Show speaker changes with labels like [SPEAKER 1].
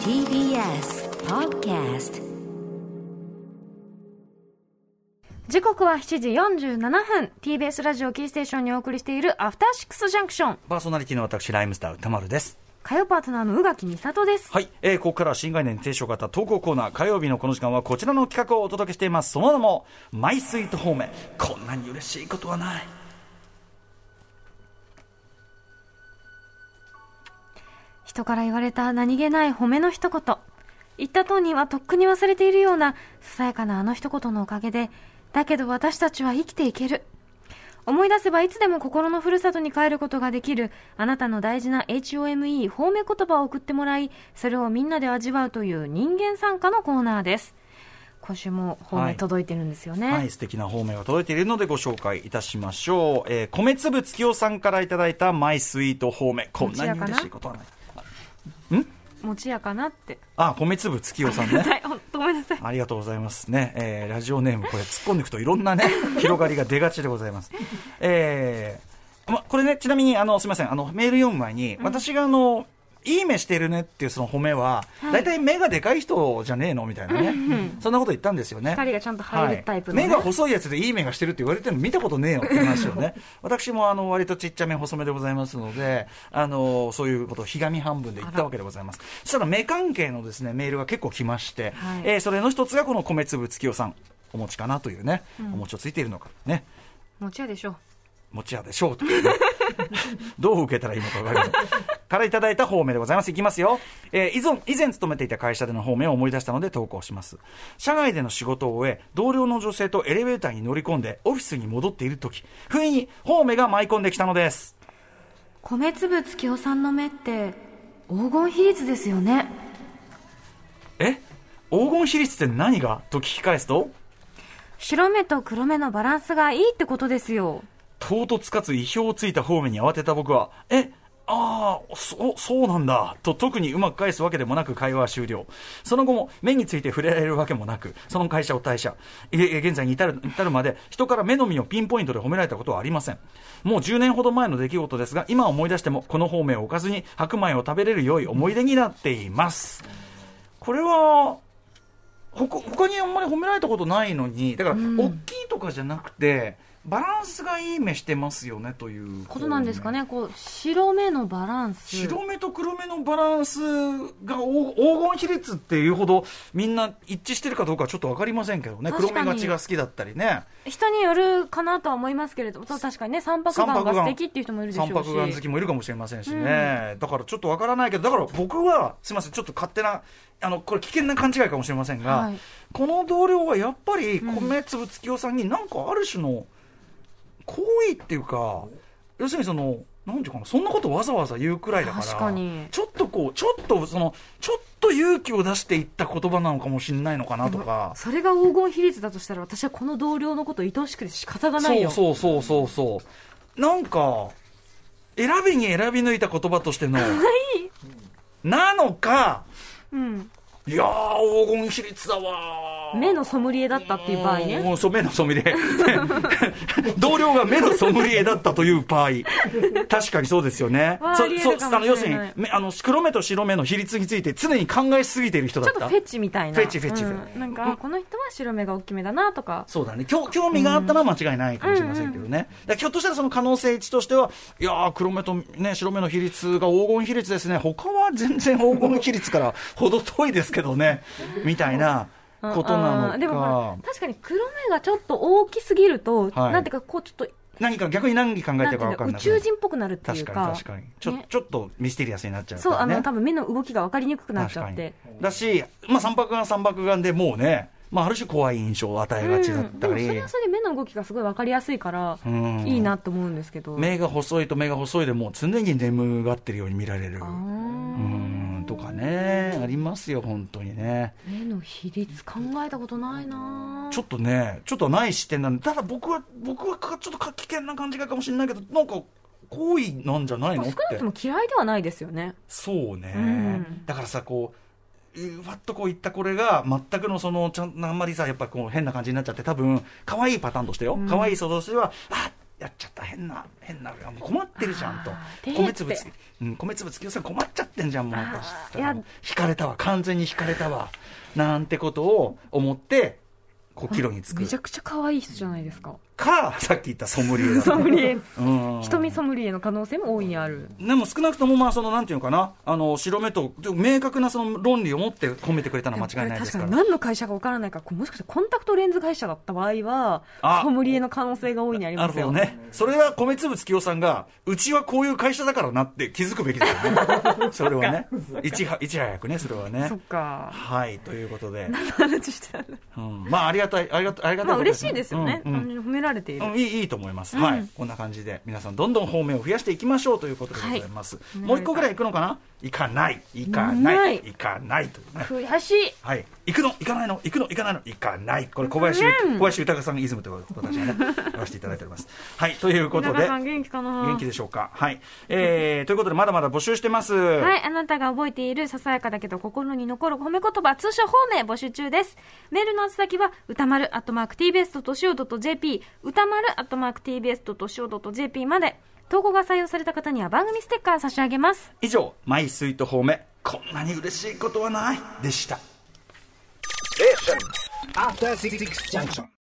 [SPEAKER 1] TBS Podcast
[SPEAKER 2] 時刻は7時47分 TBS ラジオキーステーションにお送りしているアフターシックスジャンクション
[SPEAKER 3] パーソナリティの私、ライムスター歌丸です。
[SPEAKER 2] 火曜パートナーの宇垣美里です
[SPEAKER 3] はい、えーここからは新概念提唱型投稿コーナー、火曜日のこの時間はこちらの企画をお届けしています。その名も、マイスイートホーム。こんなに嬉しいことはない。
[SPEAKER 2] 人から言われた何気ない褒めの一言言った当人はとっくに忘れているようなささやかなあの一言のおかげでだけど私たちは生きていける思い出せばいつでも心のふるさとに帰ることができるあなたの大事な HOME 褒め言葉を送ってもらいそれをみんなで味わうという人間参加のコーナーです今週も褒
[SPEAKER 3] は
[SPEAKER 2] め
[SPEAKER 3] い
[SPEAKER 2] 届いてるんですよね、
[SPEAKER 3] はい、素敵な方面が届いているのでご紹介いたしましょう。えー米粒月夜さんからいただいたマイスイート方面。こんなに嬉しいことはない。
[SPEAKER 2] 持ちやかなって
[SPEAKER 3] あ、米粒月夜さんね。
[SPEAKER 2] はい、ほんとごめんなさい。
[SPEAKER 3] ありがとうございますね、えーラジオネーム、これ、突っ込んでいくといろ んなね、広がりが出がちでございます。えーま、これね、ちなみにあのすみませんあの、メール読む前に、私があの、いい目してるねっていうその褒めは、大体目がでかい人じゃねえのみたいなね、そんなこと言ったんですよね。
[SPEAKER 2] 光がちゃんと入るタイプのね
[SPEAKER 3] はい目が細いやつでいい目がしてるって言われても見たことねえよって話を ね、私もあの割とちっちゃめ、細めでございますので、あのそういうことをひがみ半分で言ったわけでございます。そしたら目関係のですねメールが結構来まして、
[SPEAKER 2] はい
[SPEAKER 3] えーそれの一つがこの米粒月夜さん、お餅かなというね、お餅をついているのかね。
[SPEAKER 2] 持ちやでしょう。
[SPEAKER 3] 持ち屋でしょうというね どう受けたらいいのか分かりませんからいただいた方面でございます。いきますよ。えー以前、以前勤めていた会社での方面を思い出したので投稿します。社外での仕事を終え、同僚の女性とエレベーターに乗り込んで、オフィスに戻っているとき、不意に方面が舞い込んできたのです。
[SPEAKER 2] 米粒月夫さんの目って、黄金比率ですよね。
[SPEAKER 3] え黄金比率って何がと聞き返すと、
[SPEAKER 2] 白目と黒目のバランスがいいってことですよ。
[SPEAKER 3] 唐突かつ意表をついた方面に慌てた僕は、え、ああ、そ、そうなんだ、と特にうまく返すわけでもなく会話は終了。その後も目について触れられるわけもなく、その会社を退社。ええ現在に至る、至るまで人から目のみをピンポイントで褒められたことはありません。もう10年ほど前の出来事ですが、今思い出してもこの方面を置かずに白米を食べれる良い思い出になっています。これは、ほか他にあんまり褒められたことないのにだから
[SPEAKER 2] ん
[SPEAKER 3] 大きいとかじゃなくて、バランスがいい目してますよねという
[SPEAKER 2] ことなんですかね。こう、白目のバランス。
[SPEAKER 3] 白目と黒目のバランスがお黄金比率っていうほどみんな一致してるかどうかはちょっと分かりませんけどね
[SPEAKER 2] 確か
[SPEAKER 3] 黒
[SPEAKER 2] に
[SPEAKER 3] 目がちが好きだったりね
[SPEAKER 2] 人によるかなとは思いますけれども、そう確かにね、三白眼が素敵っていう人もいるでしょう
[SPEAKER 3] 三
[SPEAKER 2] し。
[SPEAKER 3] 白眼好きもいるかもしれませんしね、だからちょっとわからないけどだから僕はすみませんちょっと勝手なあのこれ危険な勘違いかもしれませんが、
[SPEAKER 2] はい
[SPEAKER 3] この同僚はやっぱり米粒月夫さんになんかある種の好意っていうか、要するにその何ていうかなそんなことわざわざ言うくらいだから
[SPEAKER 2] 確かに
[SPEAKER 3] ちょっとこうちょっとそのちょっと勇気を出していった言葉なのかもしれないのかなとか。
[SPEAKER 2] それが黄金比率だとしたら、私はこの同僚のこと愛おしくて仕方がないよ。
[SPEAKER 3] そうそうそうそうそうなんか選びに選び抜いた言葉と してのなのか
[SPEAKER 2] うん。
[SPEAKER 3] いやー黄金比率だわー
[SPEAKER 2] 目のソムリエだったっていう場合ね。
[SPEAKER 3] もうそう目のソムリエ 同僚が目のソムリエだったという場合確かにそうですよね
[SPEAKER 2] わあありえ
[SPEAKER 3] そ
[SPEAKER 2] る
[SPEAKER 3] うそ
[SPEAKER 2] か
[SPEAKER 3] う
[SPEAKER 2] も
[SPEAKER 3] あ
[SPEAKER 2] しれない
[SPEAKER 3] の要するにめあの黒目と白目の比率について常に考えすぎている人だ
[SPEAKER 2] ちょ
[SPEAKER 3] っ
[SPEAKER 2] ったとフェチみたいな。
[SPEAKER 3] フェチフェチ
[SPEAKER 2] うんなんか、あこの人は白目が大きめだなとか。
[SPEAKER 3] そうだね興興味があったのは間違いないかもしれませんけどね、だからひょっとしたらその可能性値としてはいやー黒目と、ね、白目の比率が黄金比率ですね他は全然黄金比率から程遠いですけどねみたいなことなの
[SPEAKER 2] あ
[SPEAKER 3] か
[SPEAKER 2] ーでもほら確かに黒目がちょっと大きすぎると、
[SPEAKER 3] はい
[SPEAKER 2] なんていうかこうちょっ
[SPEAKER 3] 何か逆に何考
[SPEAKER 2] と
[SPEAKER 3] え
[SPEAKER 2] な
[SPEAKER 3] て
[SPEAKER 2] んて
[SPEAKER 3] るか
[SPEAKER 2] いう
[SPEAKER 3] 分か
[SPEAKER 2] の
[SPEAKER 3] ん
[SPEAKER 2] 宇
[SPEAKER 3] なくな
[SPEAKER 2] 宙
[SPEAKER 3] る
[SPEAKER 2] 人っぽくなるってい
[SPEAKER 3] 確
[SPEAKER 2] うか
[SPEAKER 3] かに確かにちょ,、
[SPEAKER 2] ね
[SPEAKER 3] ちょっとミステリアスになっちゃうか
[SPEAKER 2] そう
[SPEAKER 3] ら、
[SPEAKER 2] あ
[SPEAKER 3] ね、
[SPEAKER 2] の多分目の動きが分かりにくくなっちゃって
[SPEAKER 3] 確かにだし、まあ、三白眼三白眼でもうね、まあ、ある種怖い印象を与えがちだ
[SPEAKER 2] う
[SPEAKER 3] っ
[SPEAKER 2] んで
[SPEAKER 3] た
[SPEAKER 2] も
[SPEAKER 3] り、
[SPEAKER 2] それはそれで目の動きがすごい分かりやすいから、
[SPEAKER 3] うん
[SPEAKER 2] いいなと思うんですけど
[SPEAKER 3] 目が細いと目が細いでもう常に眠がってるように見られる。
[SPEAKER 2] あ
[SPEAKER 3] う
[SPEAKER 2] ー
[SPEAKER 3] んとかね、ありますよ、本当にね。
[SPEAKER 2] 目の比率考えたことないな
[SPEAKER 3] ちょっとね、ちょっとない視点なんで、ただ僕は、僕はかちょっとか危険な感じがかもしれないけど、なんか、好意なんじゃない
[SPEAKER 2] ま
[SPEAKER 3] の
[SPEAKER 2] あ
[SPEAKER 3] っ
[SPEAKER 2] 少
[SPEAKER 3] て。
[SPEAKER 2] なくとも嫌いではないですよね
[SPEAKER 3] そうね、
[SPEAKER 2] うん
[SPEAKER 3] だからさこううわっとこういったこれが全くのそのちゃんあんまりさやっぱこう変な感じになっちゃって多分可愛いパターンとしてよ、
[SPEAKER 2] うん
[SPEAKER 3] 可愛い想像としてはあやっちゃった変な変なあの困ってるじゃんと
[SPEAKER 2] あー
[SPEAKER 3] 米粒つ
[SPEAKER 2] デート
[SPEAKER 3] うん、米粒突き寄せ困っちゃってんじゃんもう
[SPEAKER 2] あー
[SPEAKER 3] いや
[SPEAKER 2] いや
[SPEAKER 3] 引かれたわ完全に引かれたわなんてことを思ってこうキロにつく
[SPEAKER 2] めちゃくちゃ可愛い人じゃないですか。
[SPEAKER 3] かさっき言ったソムリ エだ
[SPEAKER 2] ソムリエ。
[SPEAKER 3] うん
[SPEAKER 2] 瞳ソムリエの可能性も大いにある。
[SPEAKER 3] でも少なくともまあそのなんていうのかなあの白目と明確なその論理を持って褒めてくれたのは間違いないですから
[SPEAKER 2] でもこれ確かに何の会社か分からないからこうもしかしてコンタクトレンズ会社だった場合は
[SPEAKER 3] あ
[SPEAKER 2] ソムリエの可能性が大いにあり
[SPEAKER 3] な
[SPEAKER 2] ます
[SPEAKER 3] るほ
[SPEAKER 2] よ
[SPEAKER 3] どね。それは米粒月夫さんが、うちはこういう会社だからなって気づくべきだよ ね。それはね。いちはいち早くね、それはね
[SPEAKER 2] そっ。 か
[SPEAKER 3] はい、ということで。
[SPEAKER 2] 話してたんだ
[SPEAKER 3] うん、まあ、ありがたい、ありがたい、ありがたい
[SPEAKER 2] まあ
[SPEAKER 3] こと
[SPEAKER 2] 嬉しいですよね、
[SPEAKER 3] うんうん
[SPEAKER 2] 単純に褒められている、
[SPEAKER 3] うんいいいいと思います、はい、こんな感じで皆さんどんどん方面を増やしていきましょうということでございます、
[SPEAKER 2] い
[SPEAKER 3] もう一個ぐらい行くのかな行かない行かない
[SPEAKER 2] ない
[SPEAKER 3] 行かないというね
[SPEAKER 2] 悔しい
[SPEAKER 3] はい、行くの行かないの行くの行かないの行かないこれ小林小林豊さんのイズムということで私は ねやらせていただいておりますはいということ
[SPEAKER 2] 中
[SPEAKER 3] で
[SPEAKER 2] さん元気かな
[SPEAKER 3] 元気でしょうか。はい。えー、ということで、まだまだ募集してます。
[SPEAKER 2] はい、あなたが覚えているささやかだけど心に残る褒め言葉、通称褒め募集中です。メールの宛先は、歌丸、アットマーク tbs.co.jp、歌丸、アットマーク tbs.co.jp まで、投稿が採用された方には番組ステッカー差し上げます。
[SPEAKER 3] 以上、マイスイート方面、こんなに嬉しいことはない、でした。
[SPEAKER 4] After Six Junction.